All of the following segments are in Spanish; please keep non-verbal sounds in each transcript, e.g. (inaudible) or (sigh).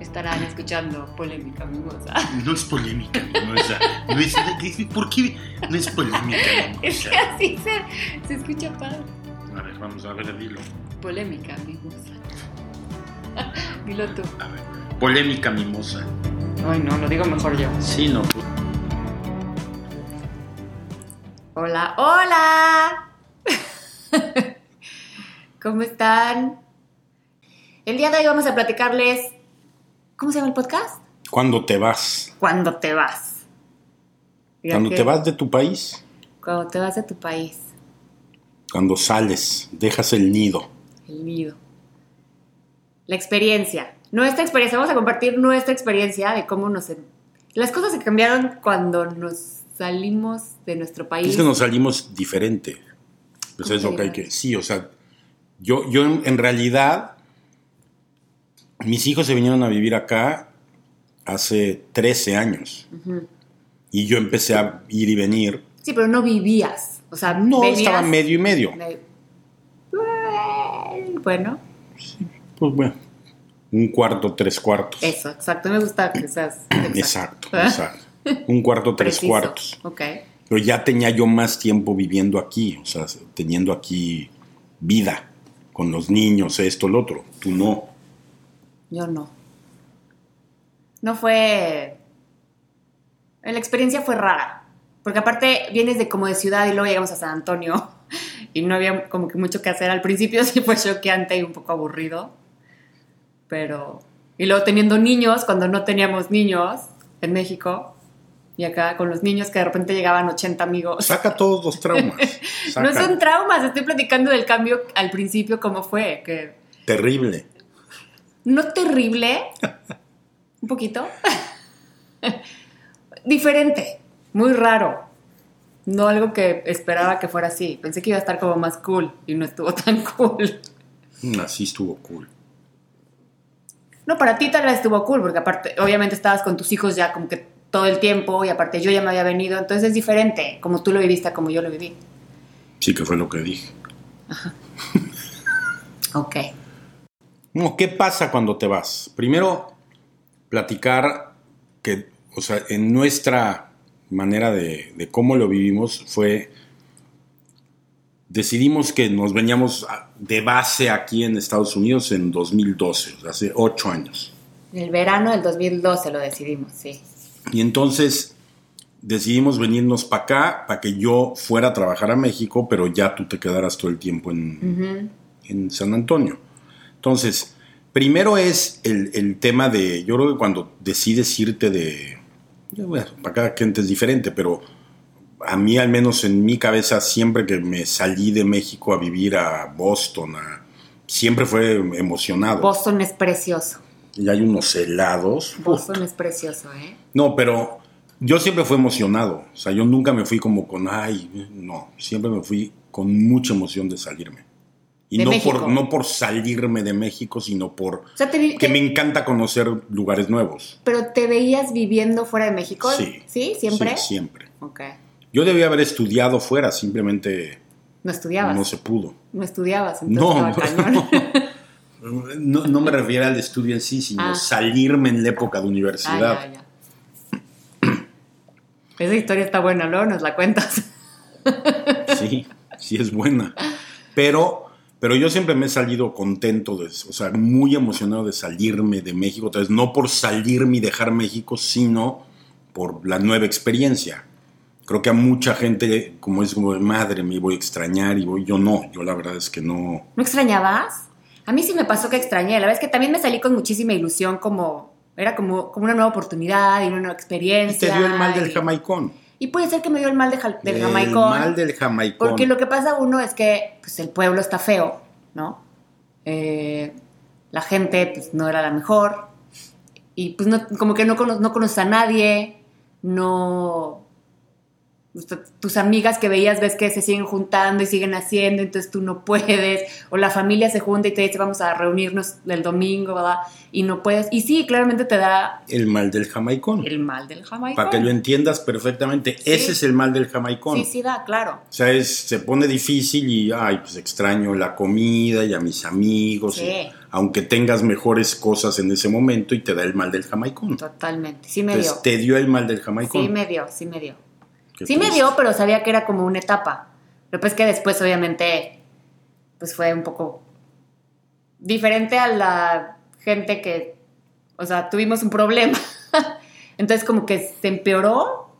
estarán escuchando polémica mimosa. (laughs) No es polémica, mimosa. No es, ¿Por qué no es polémica, Es mimosa? que así se, se escucha padre. A ver, vamos a ver, dilo. Polémica mimosa. (laughs) Dilo tú. A ver. Polémica, mimosa. Ay, no, lo digo mejor yo. Sí, no. pues. Hola, hola. (laughs) ¿Cómo están? El día de hoy vamos a platicarles. ¿Cómo se llama el podcast? Cuando te vas, Cuando te vas. Digan cuando que- te vas de tu país, Cuando te vas de tu país. cuando sales, dejas el nido. El nido. La experiencia. Nuestra experiencia. Vamos a compartir nuestra experiencia de cómo nos. Las cosas que cambiaron cuando nos salimos de nuestro país. Es que nos salimos diferente. Pues ¿Cómo es lo que hay diferente? que. Sí, o sea, yo, yo en, en realidad, mis hijos se vinieron a vivir acá hace 13 años. Y yo empecé a ir y venir. Sí, pero no vivías. O sea, No, venías- estaba medio y medio. Me- Bueno, Pues bueno, un cuarto, tres cuartos. eso, exacto. Me gusta que seas. Exacto, exacto. Un cuarto, tres Preciso. cuartos. Ok. Pero ya tenía yo más tiempo viviendo aquí, o sea, teniendo aquí vida con los niños, esto, lo otro. Tú no. Yo no. No fue. La experiencia fue rara. Porque aparte vienes de como de ciudad y luego llegamos a San Antonio (laughs) y no había como que mucho que hacer. Al principio (laughs) sí fue choqueante y un poco aburrido. Pero. Y luego teniendo niños, cuando no teníamos niños en México. Y acá con los niños que de repente llegaban 80 amigos. Saca todos los traumas. (laughs) Saca. No son traumas, estoy platicando del cambio al principio, cómo fue, que Terrible. no terrible, (laughs) un poquito, (laughs) diferente, muy raro, no algo que esperaba que fuera así, pensé que iba a estar como más cool y no estuvo (laughs) tan cool. Mm, Así estuvo cool. No, para ti tal vez estuvo cool, porque aparte, obviamente estabas con tus hijos ya como que todo el tiempo y aparte yo ya me había venido, entonces es diferente, como tú lo viviste, a como yo lo viví. Sí que fue lo que dije. Ok. No, ¿qué pasa cuando te vas? Primero, platicar que, o sea, en nuestra manera de, de cómo lo vivimos fue, decidimos que nos veníamos a- de base aquí en Estados Unidos en 2012, o sea, hace ocho años. El verano del 2012 lo decidimos, sí. Y entonces decidimos venirnos para acá, para que yo fuera a trabajar a México, pero ya tú te quedaras todo el tiempo en, Ujú. en San Antonio. Entonces, primero es el, el tema de, yo creo que cuando decides irte de, yo, bueno, para cada gente es diferente, pero a mí al menos en mi cabeza, siempre que me salí de México a vivir a Boston, a- siempre fue emocionado. Boston es precioso. Y hay unos helados. Boston es precioso, ¿eh? No, pero yo siempre fui emocionado. O sea, yo nunca me fui como con, ay, no. Siempre me fui con mucha emoción de salirme. Y De no, México. por, no por salirme de México, sino por O sea, te vi- que te- me encanta conocer lugares nuevos. pero te veías viviendo fuera de México. Sí. ¿Siempre? Sí, siempre. Ok. Yo debía haber estudiado fuera, simplemente No estudiabas. no No, se pudo. estudiabas. No, Entonces estaba (laughs) no, cañón. no, no me refiero al estudio en sí, sino Ah. salirme en la época de Ah, ya, universidad. ya. (clears throat) Esa historia está buena, luego nos la cuentas. (laughs) Sí, sí es buena. Pero, pero yo siempre me he salido contento, de, o sea, muy emocionado de salirme de México. Entonces, no por salirme y dejar México, sino por la nueva experiencia. Creo que a mucha gente, como es como de madre, me voy a extrañar y voy, yo no, yo la verdad es que no. ¿No extrañabas? A mí sí me pasó que extrañé. La verdad es que también me salí con muchísima ilusión, como era como, como una nueva oportunidad y una nueva Y experiencia. te dio el mal del y- jamaicón. Y puede ser que me dio el mal de jal- del el jamaicón. mal del jamaicón. Porque lo que pasa uno es que pues, el pueblo está feo, ¿no? Eh, la gente pues, no era la mejor. Y pues no, como que no, cono- no conoces a nadie, no... Ust- tus amigas que veías ves que se siguen juntando y siguen haciendo, entonces tú no puedes, o la familia se junta y te dice vamos a reunirnos el domingo, ¿verdad? Y no puedes, y sí, claramente te da El mal del jamaicón. el mal del jamaicón. Para que lo entiendas perfectamente, ese es el mal del jamaicón. Sí, sí da, claro. O sea, es- se pone difícil y, ay, pues extraño la comida y a mis amigos. Sí. y- aunque tengas mejores cosas en ese momento y te da el mal del jamaicón. Totalmente, sí me dio. Entonces, te dio el mal del jamaicón. pues, Sí me dio, sí me dio. Qué Sí me triste. dio, pero sabía que era como una etapa. Lo que pasa es que después, obviamente, pues fue un poco diferente a la gente que, o sea, tuvimos un problema. (laughs) Entonces como que se empeoró,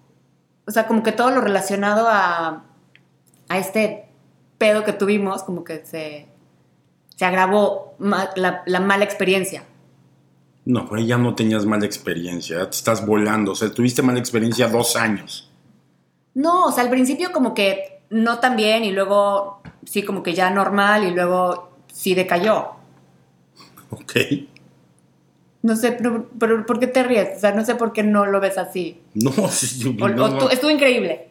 o sea, como que todo lo relacionado a, a este pedo que tuvimos, como que se, se agravó ma- la, la mala experiencia. No, pero ahí ya no tenías mala experiencia, ya te estás volando. O sea, tuviste mala experiencia dos años. (laughs) No, o sea, al principio como que no tan bien y luego sí como que ya normal y luego sí decayó. Ok. No sé, pero, pero ¿por qué te ríes? O sea, no sé por qué no lo ves así. No, (laughs) sí, O- no, o no. tú- estuvo increíble.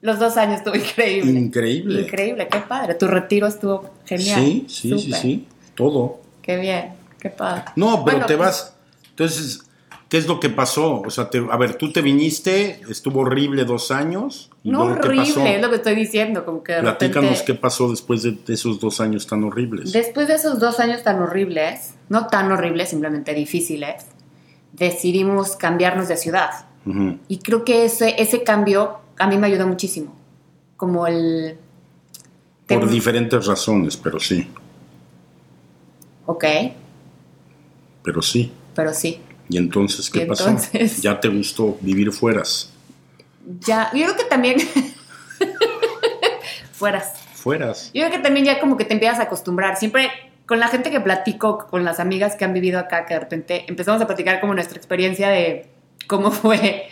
Los dos años estuvo increíble. increíble. Increíble, qué padre. Tu retiro estuvo genial. Sí, sí, sí, Súper. sí. Todo. Qué bien, qué padre. No, pero Bueno, te pues, vas. Entonces, ¿qué es lo que pasó? O sea, te- a ver, tú te viniste, estuvo horrible dos años. ¿y No luego qué pasó? horrible, es lo que estoy diciendo. Como que de Platícanos repente- qué pasó después de, de esos dos años tan horribles. Después de esos dos años tan horribles, no tan horribles, simplemente difíciles, decidimos cambiarnos de ciudad. Ujú. Y creo que ese, ese cambio a mí me ayudó muchísimo. Como el... Por Te- diferentes razones, pero sí, Ok, pero sí. pero sí. ¿Y entonces qué Y pasó? entonces- Ya te gustó vivir fueras. Ya, yo creo que también... (laughs) Fueras. Fueras. Yo creo que también ya como que te empiezas a acostumbrar. Siempre con la gente que platico, con las amigas que han vivido acá, que de repente empezamos a platicar como nuestra experiencia de cómo (laughs) fue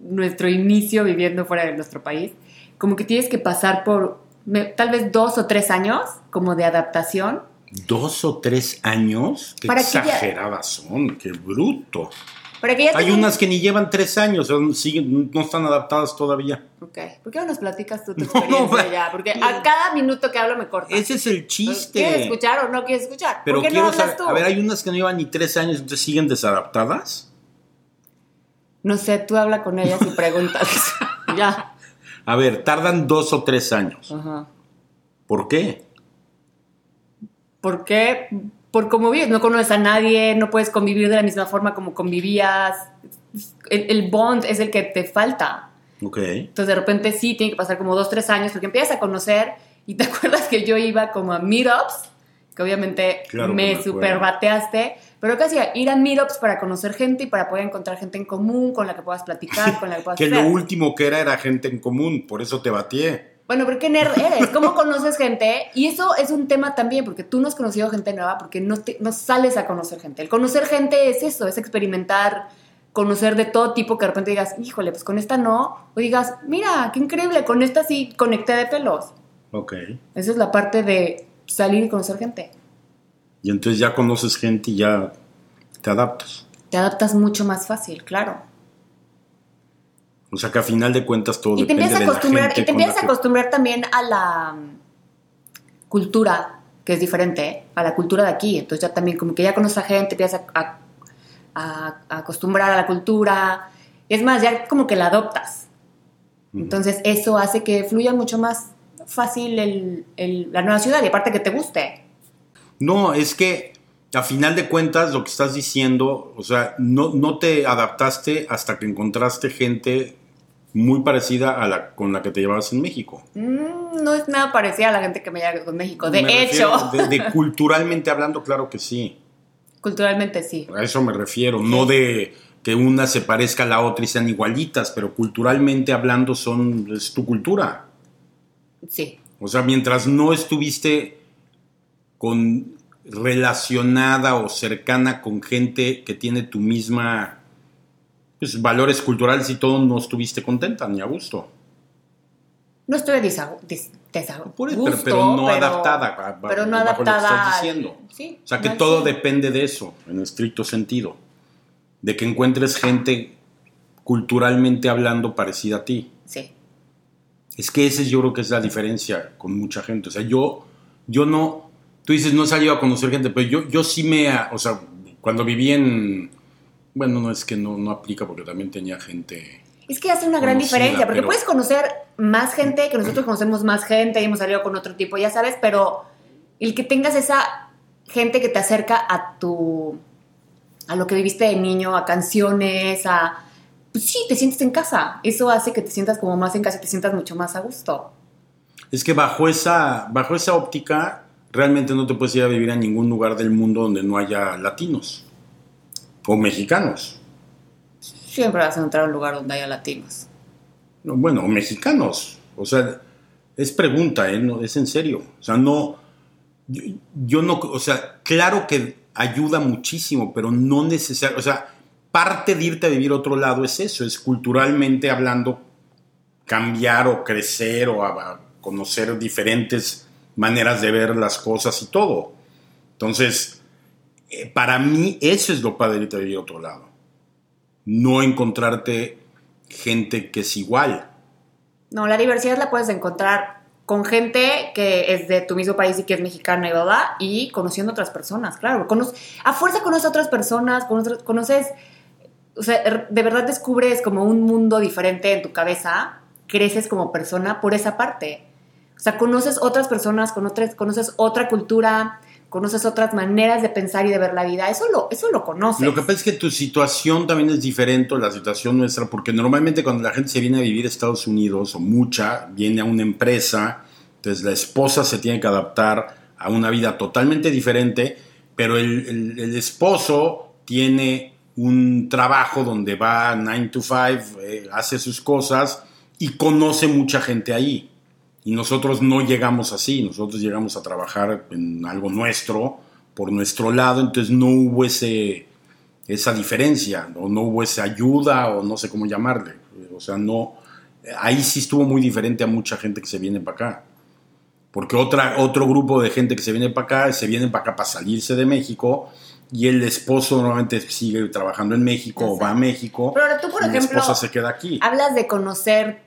nuestro inicio viviendo fuera de nuestro país. Como que tienes que pasar por me- tal vez dos o tres años como de adaptación Dos o tres años. Qué Para que ya- exageradas son, qué bruto. Para que ya Hay tengan- unas que ni llevan tres años, o sea, siguen- no están adaptadas todavía. Ok. ¿Por qué no nos platicas tú tu (laughs) No, no, experiencia va. ya? Porque a cada minuto que hablo me corta. Ese es el chiste. Pues, ¿Quieres escuchar o no quieres escuchar? Pero ¿Por qué quiero no hablas saber, tú? a ver, hay unas que no llevan ni tres años, entonces siguen desadaptadas. No sé, tú habla con ellas y preguntas. (laughs) ya. A ver, tardan dos o tres años. Ajá. ¿Por qué? ¿Por qué? Por cómo vives. No conoces a nadie, no puedes convivir de la misma forma como convivías. El, el bond es el que te falta. Ok. Entonces, de repente sí, tiene que pasar como dos, tres años porque empiezas a conocer. Y te (laughs) acuerdas que yo iba como a meetups, que obviamente Claro que me me acuerdo. superbateaste. Pero casi ir a meetups para conocer gente y para poder encontrar gente en común con la que puedas (laughs) platicar, con la que puedas Que lo hacer. último que era era gente en común, por eso te batié. Bueno, pero qué nerd eres, cómo conoces gente. Y eso es un tema también, porque tú no has conocido gente nueva, porque no, te- no sales a conocer gente. El conocer gente es eso, es experimentar, conocer de todo tipo, que de repente digas, híjole, pues con esta no. O digas, mira, qué increíble, con esta sí conecté de pelos. Ok. Esa es la parte de salir y conocer gente. Y entonces ya conoces gente y ya te adaptas. Te adaptas mucho más fácil, claro. O sea que a final de cuentas todo Y te depende empiezas a de la acostumbrar, gente y te con la empiezas a que- acostumbrar también a la mm, cultura, que es diferente, a la cultura de aquí. Entonces ya también como que ya conoces a gente, empiezas a, a- a- a acostumbrar a la cultura. Es más, ya como que la adoptas. Entonces eso hace que fluya mucho más fácil el- el- la nueva ciudad y aparte que te guste. No, es que a final de cuentas lo que estás diciendo, o sea, no, no te adaptaste hasta que encontraste gente muy parecida a la con la que te llevabas en México. Mm, no es nada parecido a la gente que me llega con México. De Me hecho, refiero, de- de culturalmente hablando, claro que sí. (laughs) culturalmente sí. A eso me refiero, no de que una se parezca a la otra y sean igualitas, pero culturalmente hablando son es tu cultura. Sí. O sea, mientras no estuviste con relacionada o cercana con gente que tiene tu misma pues, valores culturales y todo, no estuviste contenta ni a gusto. No estoy desagu- des- desagu- Por eso, gusto, pero- pero no adaptada, ba- ba- pero no bajo lo que adaptada. estás al- diciendo. sí, O sea, que no, todo sí. depende de eso, en estricto sentido. De que encuentres gente culturalmente hablando parecida a ti. Sí. Es que ese yo creo que es la diferencia con mucha gente. O sea, yo, yo no, tú dices, no he salido a conocer gente, pero yo, yo sí me, a- o sea, cuando viví en, bueno, no es que no, no aplica porque también tenía gente. Es que hace una gran Conocida, diferencia, porque pero- puedes conocer más gente, que nosotros conocemos más gente y hemos salido con otro tipo, ya sabes, pero el que tengas esa gente que te acerca a tu. a lo que viviste de niño, a canciones, a. Pues sí, te sientes en casa. Eso hace que te sientas como más en casa, te sientas mucho más a gusto. Es que bajo esa, bajo esa óptica, realmente no te puedes ir a vivir a ningún lugar del mundo donde no haya latinos o mexicanos. Siempre vas a encontrar un lugar donde haya latinos. No, bueno, o mexicanos. O sea, es pregunta, ¿eh? No, es en serio. O sea, no. Yo, yo no. O sea, claro que ayuda muchísimo, pero no necesario. O sea, parte de irte a vivir a otro lado es eso, es culturalmente hablando, cambiar o crecer o a- a conocer diferentes maneras de ver las cosas y todo. Entonces, eh, para mí, eso es lo padre de irte a vivir a otro lado. No encontrarte gente que es igual. No, la diversidad la puedes encontrar con gente que es de tu mismo país y que es mexicana y bla, bla, y conociendo otras personas, claro. Cono- a fuerza conoces a otras personas, conoces, conoces- o sea, er- de verdad descubres como un mundo diferente en tu cabeza, creces como persona por esa parte. O sea, conoces otras personas, con otras- conoces otra cultura, conoces otras maneras de pensar y de ver la vida. Eso lo, eso lo conoces. Lo que pasa es que tu situación también es diferente a la situación nuestra, porque normalmente cuando la gente se viene a vivir a Estados Unidos, o mucha, viene a una empresa, entonces la esposa se tiene que adaptar a una vida totalmente diferente, pero el, el- el esposo tiene un trabajo donde va 9 to 5, eh, hace sus cosas y conoce mucha gente ahí. Y nosotros no llegamos así, nosotros llegamos a trabajar en algo nuestro, por nuestro lado, entonces no hubo ese, esa diferencia, o no hubo esa ayuda, o no sé cómo llamarle. O sea, no, ahí sí estuvo muy diferente a mucha gente que se viene para acá. Porque otra, otro grupo de gente que se viene para acá, se viene para acá para salirse de México, y el esposo normalmente sigue trabajando en México o va a México. Pero ahora tú, por y ejemplo, La esposa se queda aquí. Hablas de conocer,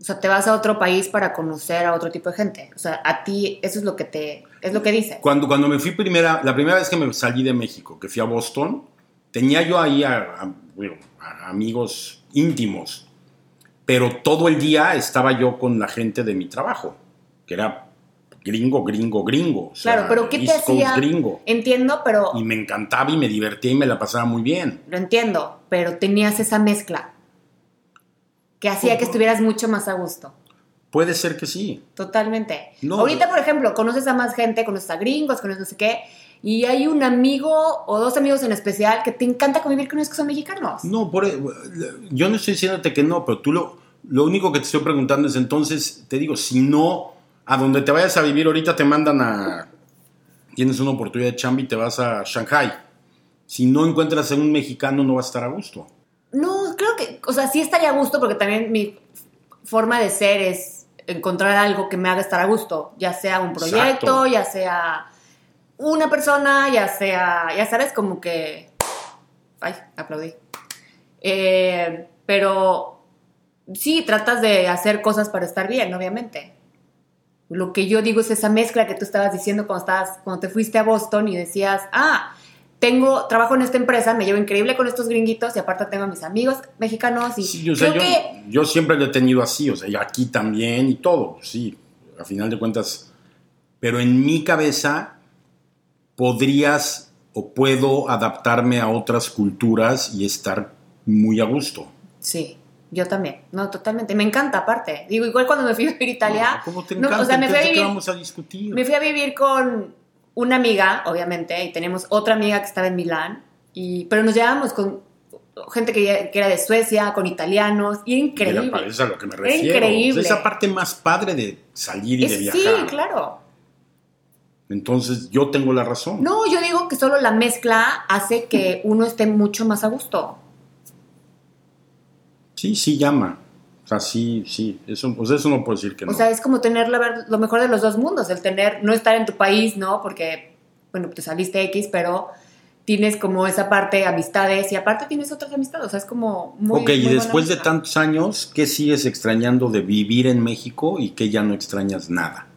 o sea, te vas a otro país para conocer a otro tipo de gente. O sea, a ti eso es lo que te, es lo que dice. Cuando, cuando me fui primera, la primera vez que me salí de México, que fui a Boston, tenía yo ahí a, a- bueno, a amigos íntimos, pero todo el día estaba yo con la gente de mi trabajo, que era gringo, gringo, gringo. o sea, Claro, pero ¿qué te East Coast hacía? gringo. Entiendo, pero Y me encantaba y me divertía y me la pasaba muy bien. lo entiendo, pero tenías esa mezcla que hacía que estuvieras mucho más a gusto. Puede ser que sí. Totalmente. No, Ahorita, no. por ejemplo, conoces a más gente, conoces a gringos, conoces no sé qué, y hay un amigo o dos amigos en especial que te encanta convivir con ellos que son mexicanos. No, por, e-, yo no estoy diciéndote que no, pero tú lo, lo único que te estoy preguntando es entonces, te digo, si no, a donde te vayas a vivir ahorita te mandan a... Tienes una oportunidad de chamba y te vas a Shanghai. Si no encuentras a un mexicano no va a estar a gusto. No, creo que, o sea, sí estaría a gusto porque también mi forma de ser es encontrar algo que me haga estar a gusto, ya sea un proyecto, Exacto. ya sea una persona, ya sea, ya sabes, como que... Ay, aplaudí. Eh, pero sí, tratas de hacer cosas para estar bien, obviamente. Lo que yo digo es esa mezcla que tú estabas diciendo cuando, estabas, cuando te fuiste a Boston y decías, ah, tengo, trabajo en esta empresa, me llevo increíble con estos gringuitos y aparte tengo a mis amigos mexicanos y Sí, o sea, creo yo, que yo siempre lo he tenido así, o sea, y aquí también y todo, sí, a final de cuentas. Pero en mi cabeza podrías o puedo adaptarme a otras culturas y estar muy a gusto. sí, yo también, no, totalmente, me encanta aparte. Digo, igual cuando me fui a vivir a Italia, ¿Cómo te no, encanta? o sea, me fui a Entonces, ¿qué vivir- vamos a discutir? Me fui a vivir con una amiga, obviamente, y tenemos otra amiga que estaba en Milán, y, pero nos llevábamos con gente que, que era de Suecia, con italianos, y era Mira, increíble. para eso es a lo que me refiero. increíble. Es esa parte más padre de salir y de Es- viajar. sí, claro. Entonces, yo tengo la razón. No, yo digo que solo la mezcla hace que uno esté mucho más a gusto. Sí, sí llama. O sea, sí, sí. Eso, pues eso no puedo decir que O no. sea, es como tener la ver- lo mejor de los dos mundos, el tener, no estar en tu país, ¿no? Porque, bueno, te saliste X, pero tienes como esa parte amistades y aparte tienes otras amistades, o sea, es como muy... ok, y muy después buena de onda. tantos años, ¿qué sigues extrañando de vivir en México y qué ya no extrañas nada?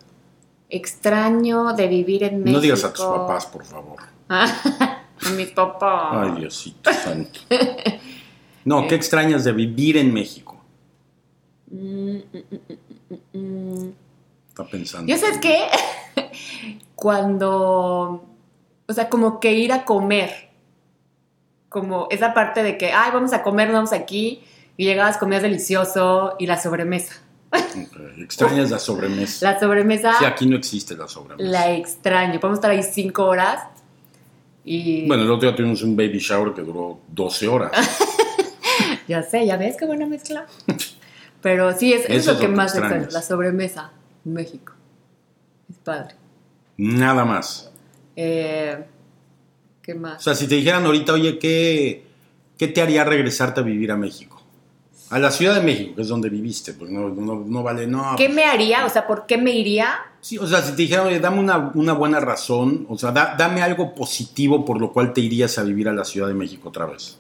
Extraño de vivir en México. Ah. No digas a tus papás, por favor. (laughs) a mis papás. (laughs) Ay, Diosito santo. No, Eh. ¿qué extrañas de vivir en México? Mm, mm, mm, mm, mm, mm. Está pensando. Yo sabes qué? (laughs) Cuando, o sea, como que ir a comer, como esa parte de que, ay, vamos a comer, vamos aquí, y llegabas, comías delicioso, y la sobremesa. Ok, Extrañas la sobremesa. La sobremesa Sí, aquí no existe la sobremesa. la extraño, podemos estar ahí cinco horas, y Bueno, el otro día tuvimos un baby shower que duró (laughs) 12 horas. ya sé, ya ves qué buena mezcla. Pero sí, es, eso es Eso lo es que lo que más extrañas. extraño, la sobremesa en México. Es padre. Nada más. Eh, ¿Qué O más? sea, si te dijeran ahorita, oye, ¿qué, qué te haría regresarte a vivir a México? A la Ciudad de México, que es donde viviste, pues no, no, no vale, no. pues, ¿Qué me haría? O sea, ¿por qué me iría? Sí, o sea, si te dijeran, oye, dame una, una buena razón, o sea, da- dame algo positivo por lo cual te irías a vivir a la Ciudad de México otra vez.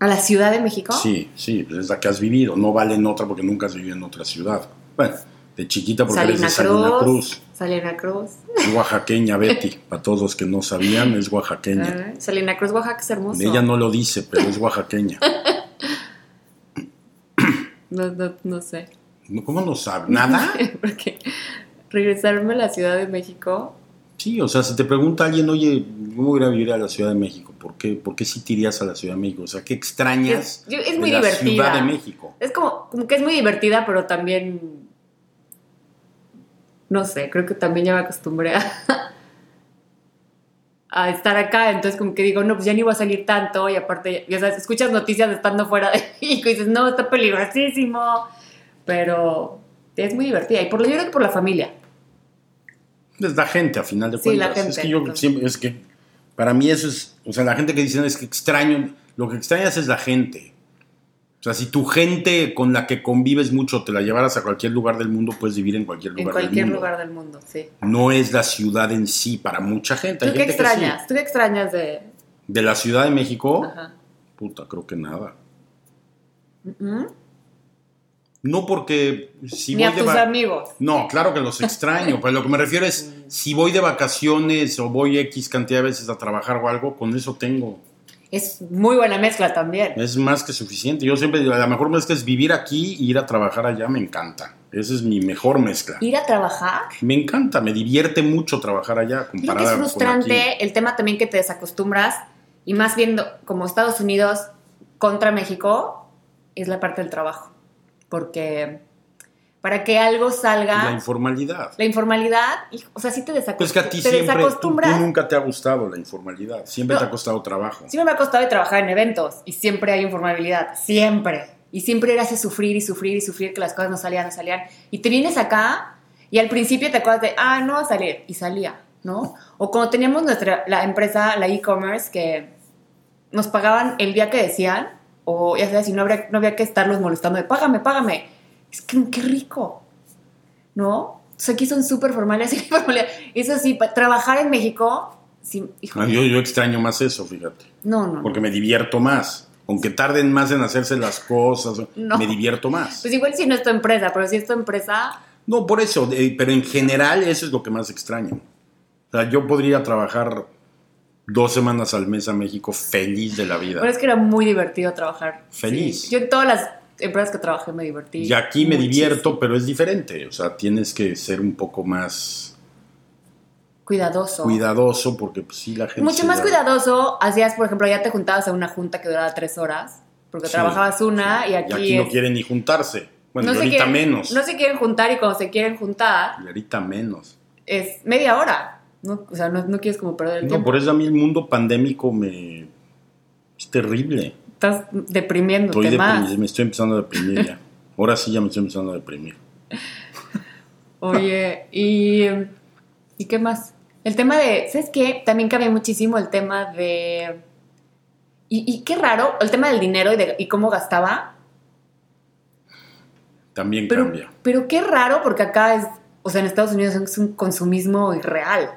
¿A la Ciudad de México? Sí, sí, pues es la que has vivido, no vale en otra porque nunca has vivido en otra ciudad. Bueno, de chiquita porque eres Salina de Cruz, Salina Cruz, Salina Cruz. (laughs) oaxaqueña Betty, para todos los que no sabían, es Ah, oaxaqueña. Salina Cruz, Oaxaca, es hermoso. Ella no lo dice, pero es oaxaqueña. No, no, no sé. (laughs) No, ¿Cómo no sabe? ¿Nada? Porque regresarme a la Ciudad de México, Sí, o sea, si te pregunta alguien, oye, ¿cómo voy a ir a vivir a la Ciudad de México? ¿Por qué, ¿Por qué sí te irías a la Ciudad de México? O sea, ¿qué extrañas Es- yo- es de muy la divertida. Ciudad de México? es como, como que es muy divertida, pero también. No sé, creo que también ya me acostumbré a, (laughs) a estar acá. Entonces, como que digo, no, pues ya ni voy a salir tanto. Y aparte, ya sabes, escuchas noticias de estando fuera de (laughs) México y dices, no, está peligrosísimo. Pero es muy divertida. Y por lo yo creo que por la familia. Es la gente, a final de Sí, cuentas. la gente, es que yo entonces. siempre, es que para mí eso es, o sea, la gente que dicen es que extraño, lo que extrañas es la gente. O sea, si tu gente con la que convives mucho te la llevaras a cualquier lugar del mundo, puedes vivir en cualquier lugar en cualquier del mundo. lugar del mundo, sí. No es la ciudad en sí para mucha gente. ¿Tú Hay qué gente que sí. extrañas? ¿Tú qué extrañas de...? De la Ciudad de México, Ajá. puta, creo que nada. Mm-mm. No porque si Ni voy a de tus va- amigos. No, claro que los extraño, pero lo que me refiero es si voy de vacaciones o voy X cantidad de veces a trabajar o algo, con eso tengo. Es muy buena mezcla también. Es más que suficiente. Yo siempre digo, la mejor mezcla es vivir aquí y ir a trabajar allá, me encanta. Esa es mi mejor mezcla. Ir a trabajar. Me encanta, me divierte mucho trabajar Creo allá que es comparada con aquí. frustrante el tema también que te desacostumbras y más viendo como Estados Unidos contra México es la parte del trabajo. Porque para que algo La salga, la, informalidad. informalidad, hijo, o sea, sí te, desacost- Pues que a ti te siempre, tú, desacostumbras. tú nunca te ha gustado la informalidad, siempre No. te ha costado trabajo. Siempre me ha costado de trabajar en eventos y siempre hay informalidad, siempre. Y siempre era ese sufrir y sufrir y sufrir que las cosas no salían, no salían. Y te vienes acá y al principio te acuerdas de, ah, no va a salir. Y salía, ¿no? O cuando teníamos nuestra, la empresa, la e-commerce, que nos pagaban el día que decían, o ya sabes, y no habría, no había que estarlos molestando de, págame, págame. Es que qué rico, ¿no? O sea, aquí son súper formales (laughs) y formalidades. Eso sí, pa- trabajar en México, sí, hijo, Ah, Yo, yo extraño más eso, fíjate. no, no, no. porque me divierto más. Aunque tarden más en hacerse las cosas, No. me divierto más. Pues igual si no es tu empresa, pero si es tu empresa, No, por eso, eh, pero en general eso es lo que más extraño. O sea, yo podría trabajar dos semanas al mes a México feliz de la vida. pero es que era muy divertido trabajar. Feliz. Sí. Yo en todas las empresas que trabajé me divertí. Y aquí me muchísimo. divierto, pero es diferente. O sea, tienes que ser un poco más Cuidadoso. cuidadoso porque pues, sí, la gente... Mucho se más da- cuidadoso hacías, por ejemplo, ya te juntabas a una junta que duraba tres horas, porque Sí, trabajabas una sí. y aquí, es- no quieren ni juntarse. Bueno, no y se ahorita quieren- menos. No se quieren juntar y cuando se quieren juntar Y ahorita menos. es media hora. No, o sea, no, no quieres como perder el No, tiempo. por eso a mí el mundo pandémico me... Es terrible. Estás deprimiéndote Estoy más. deprimido, me estoy empezando a (laughs) deprimir ya. Ahora sí ya me estoy empezando a deprimir. Oye, y, ¿y qué más? El tema de, ¿sabes qué? También cambia muchísimo el tema de... Y, y qué raro, el tema del dinero y, de, y cómo gastaba. También Pero, cambia. pero qué raro, porque acá es, o sea, en Estados Unidos es un consumismo irreal.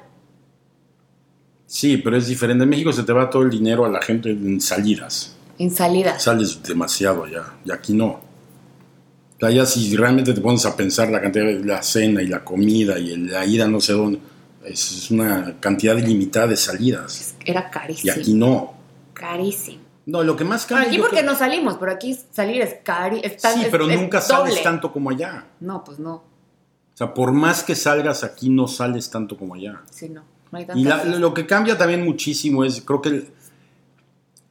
Sí, pero es diferente. En México se te va todo el dinero a la gente en salidas. En salida. Sales demasiado allá. Y aquí no. O sea, Allá si realmente te pones a pensar la cantidad de la cena y la comida y el- la ida no sé dónde, es, es una cantidad ilimitada de salidas. Era Y carísimo. aquí no. Carísimo. No, lo que más cambia... aquí yo porque creo- no salimos, pero aquí salir es carísimo. Sí, pero nunca sales tanto como allá. No, pues no. O sea, por más que salgas aquí, no sales tanto como allá. Sí, no. No hay Y la- tantas- lo que cambia también muchísimo es, creo que el-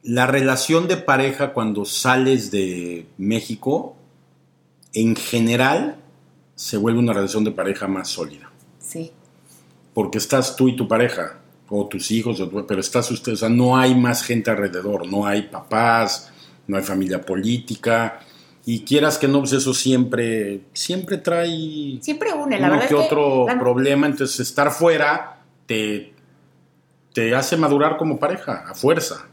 la relación de pareja cuando sales de México, en general, se vuelve una relación de pareja más sólida. Sí. Porque estás tú y tu pareja, o tus hijos, o tu- pero estás usted, o sea, no hay más gente alrededor, no hay papás, no hay familia política, y quieras que no, pues eso siempre, siempre trae Siempre une, la uno verdad. que es que otro la- problema, entonces estar fuera te, te hace madurar como pareja, a fuerza.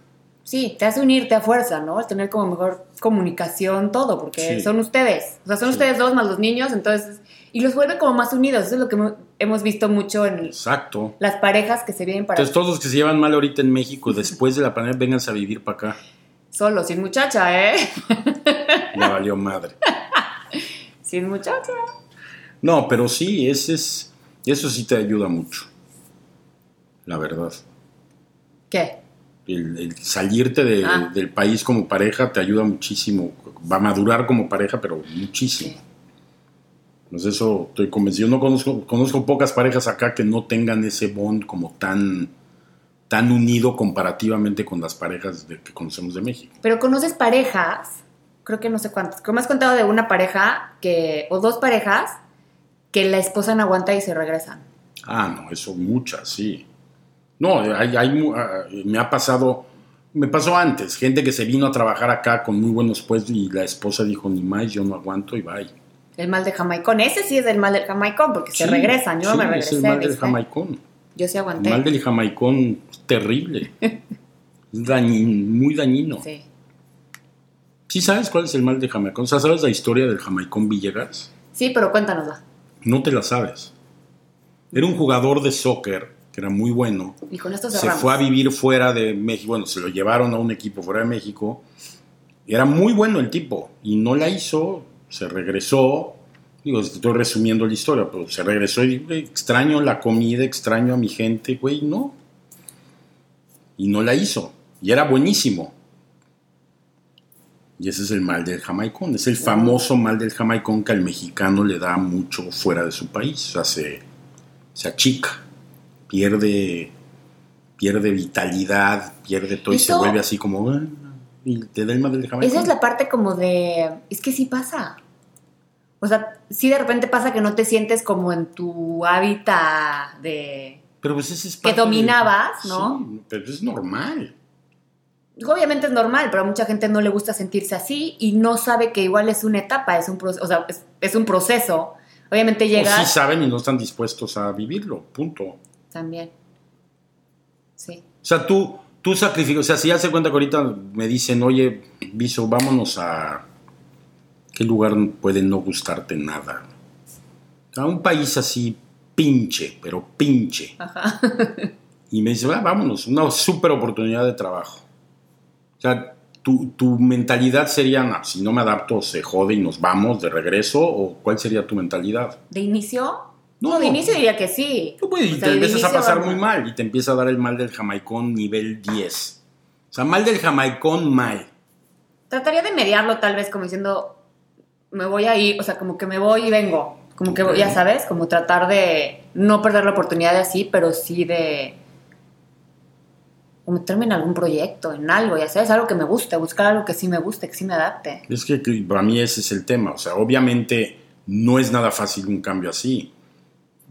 Sí, te hace unirte a fuerza, ¿no? Tener como mejor comunicación, todo, porque Sí. son ustedes. O sea, son Sí. ustedes dos más los niños, entonces. Y los vuelve como más unidos. Eso es lo que hemo- hemos visto mucho en el- Exacto. las parejas que se vienen para Entonces todos los que se llevan mal ahorita en México, después de la pandemia, vénganse a vivir para acá. solos, sin muchacha, ¿eh? (laughs) Ya valió madre. Sin muchacha. No, pero sí, ese es, eso sí te ayuda mucho. La verdad. ¿Qué? El, el salirte de- Ah. del país como pareja te ayuda muchísimo. Va a madurar como pareja, pero muchísimo. Sí. Pues eso estoy convencido. No conozco, conozco pocas parejas acá que no tengan ese bond como tan, tan unido comparativamente con las parejas de- que conocemos de México. Pero conoces parejas, creo que no sé cuántas. Como has contado de una pareja que. o dos parejas que la esposa no aguanta y se regresan. Ah, no, eso muchas, sí. No, hay, hay mu- ah, me ha pasado, me pasó antes, gente que se vino a trabajar acá con muy buenos puestos y la esposa dijo, ni más, yo no aguanto y bye. El mal del jamaicón. Ese sí es el mal del jamaicón, porque se Sí, regresan. Yo no sí, me Es regresé. el mal del ¿viste? jamaicón. Yo sí El aguanté. mal del jamaicón es (laughs) terrible. es dañin- muy dañino. Sí. ¿Sí sabes cuál es el mal de Jamaicón? O sea, ¿sabes la historia del Jamaicón Villegas? Sí, pero cuéntanosla. No te la sabes. Era un jugador de soccer que era muy bueno. Y con esto Se cerramos. fue a vivir fuera de México. Bueno, se lo llevaron a un equipo fuera de México. Era muy bueno el tipo y no la hizo. Se regresó. Digo, estoy resumiendo la historia, pero se regresó y dijo, "Güey, extraño la comida, extraño a mi gente, güey, no. Y no la hizo. Y era buenísimo. Y ese es el mal del jamaicón. Es el famoso mal del jamaicón que al mexicano le da mucho fuera de su país. O sea, se, se achica, pierde, pierde vitalidad, pierde todo y se Eso- vuelve así como... "Ah, y te da el mal del jamaicón. Esa es la parte como de. Es que sí pasa. O sea, sí de repente pasa que no te sientes como en tu hábitat de. Pero pues ese es que parte de- dominabas, ¿no? Sí, pero es normal. Obviamente es normal, pero a mucha gente no le gusta sentirse así y no sabe que igual es una etapa, es un proceso. O sea, es, es un proceso. Obviamente O llegas. Oh, sí saben y no están dispuestos a vivirlo, punto. O También. Sí. sea, tú, tú sacrificas, o sea, si ya se cuenta que ahorita me dicen, oye, Viso, vámonos a... ¿Qué lugar puede no gustarte nada? A un país así pinche, pero pinche. Ajá. (laughs) Y me dice, "Va, vámonos, una super oportunidad de trabajo. O sea, tu, tu mentalidad sería, "No, si no me adapto, se jode y nos vamos de regreso, o cuál sería tu mentalidad? ¿De inicio? No, No, de inicio diría que sí. No, pues, y O sea, te de empiezas a inicio pasar vamos. muy mal y te empieza a dar el mal del jamaicón nivel 10. O sea, mal del jamaicón mal. Trataría de mediarlo tal vez como diciendo, me voy a ir, o sea, como que me voy y vengo. Como que, Ok. ya sabes, como tratar de no perder la oportunidad de así, pero sí de como meterme en algún proyecto, en algo, ya sabes, algo que me guste, buscar algo que sí me guste, que sí me adapte. Es que, que para mí ese es el tema. O sea, obviamente no es nada fácil un cambio así.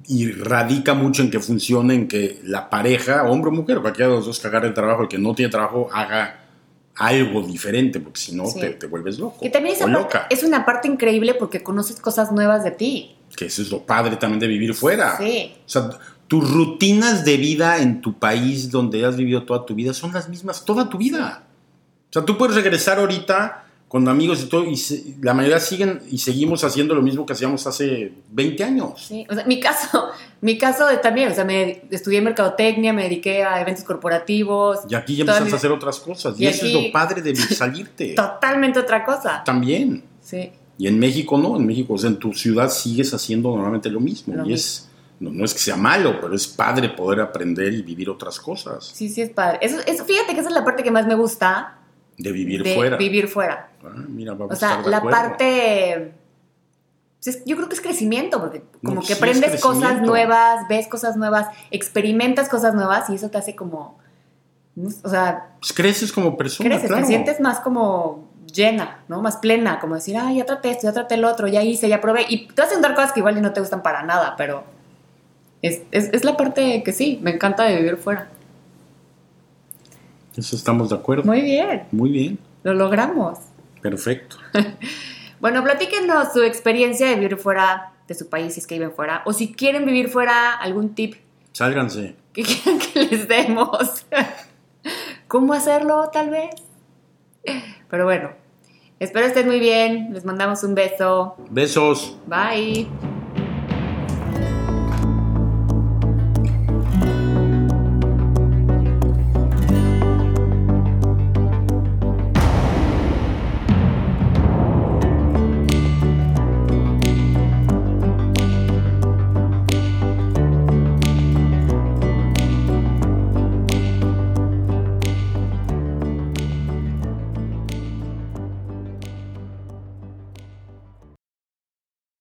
Y radica mucho en que funcione, en que la pareja, hombre o mujer, cualquiera de los dos que agarre el trabajo, el que no tiene trabajo, haga algo diferente, porque si no Sí. te, te vuelves loco. Que también o esa parte- loca. es una parte increíble porque conoces cosas nuevas de ti. Que eso es lo padre también de vivir fuera. Sí. O sea, tus rutinas de vida en tu país donde has vivido toda tu vida son las mismas toda tu vida. O sea, tú puedes regresar ahorita con amigos y todo, y se- la mayoría siguen y seguimos haciendo lo mismo que hacíamos hace 20 años. Sí, o sea, mi caso, (laughs) mi caso de- también, o sea, me estudié mercadotecnia, me dediqué a eventos corporativos, Y aquí ya Toda empiezas mi- a hacer otras cosas. Y, Y eso es aquí- lo padre (laughs) de salirte. totalmente otra cosa. También. Sí, Y en México no, en México, o sea, en tu ciudad sigues haciendo normalmente lo mismo. Lo y es, no, no es que sea malo, pero es padre poder aprender y vivir otras cosas. sí, sí es padre. Eso, eso- fíjate que esa es la parte que más me gusta De vivir de fuera. vivir fuera. Ah, mira, vamos O a sea, estar de la acuerdo. parte. pues, es- Yo creo que es crecimiento, porque como No, que sí, es aprendes cosas crecimiento. nuevas, ves cosas nuevas, experimentas cosas nuevas y eso te hace como. no sé, O sea, Pues creces como persona, creces, claro. te sientes más como llena, ¿no? Más plena, como decir, ay, ya traté esto, ya traté el otro, ya hice, ya probé. Y te vas a encontrar cosas que igual y no te gustan para nada, pero. Es, es- es la parte que sí, me encanta de vivir fuera. Eso estamos de acuerdo. Muy bien, Muy bien, lo logramos. perfecto. Bueno, platíquenos su experiencia de vivir fuera de su país, si es que viven fuera, o si quieren vivir fuera, algún tip Sálganse. que (laughs) quieran que les demos. (laughs) ¿Cómo hacerlo, tal vez? Pero bueno, espero estén muy bien. Les mandamos un beso. Besos. Bye.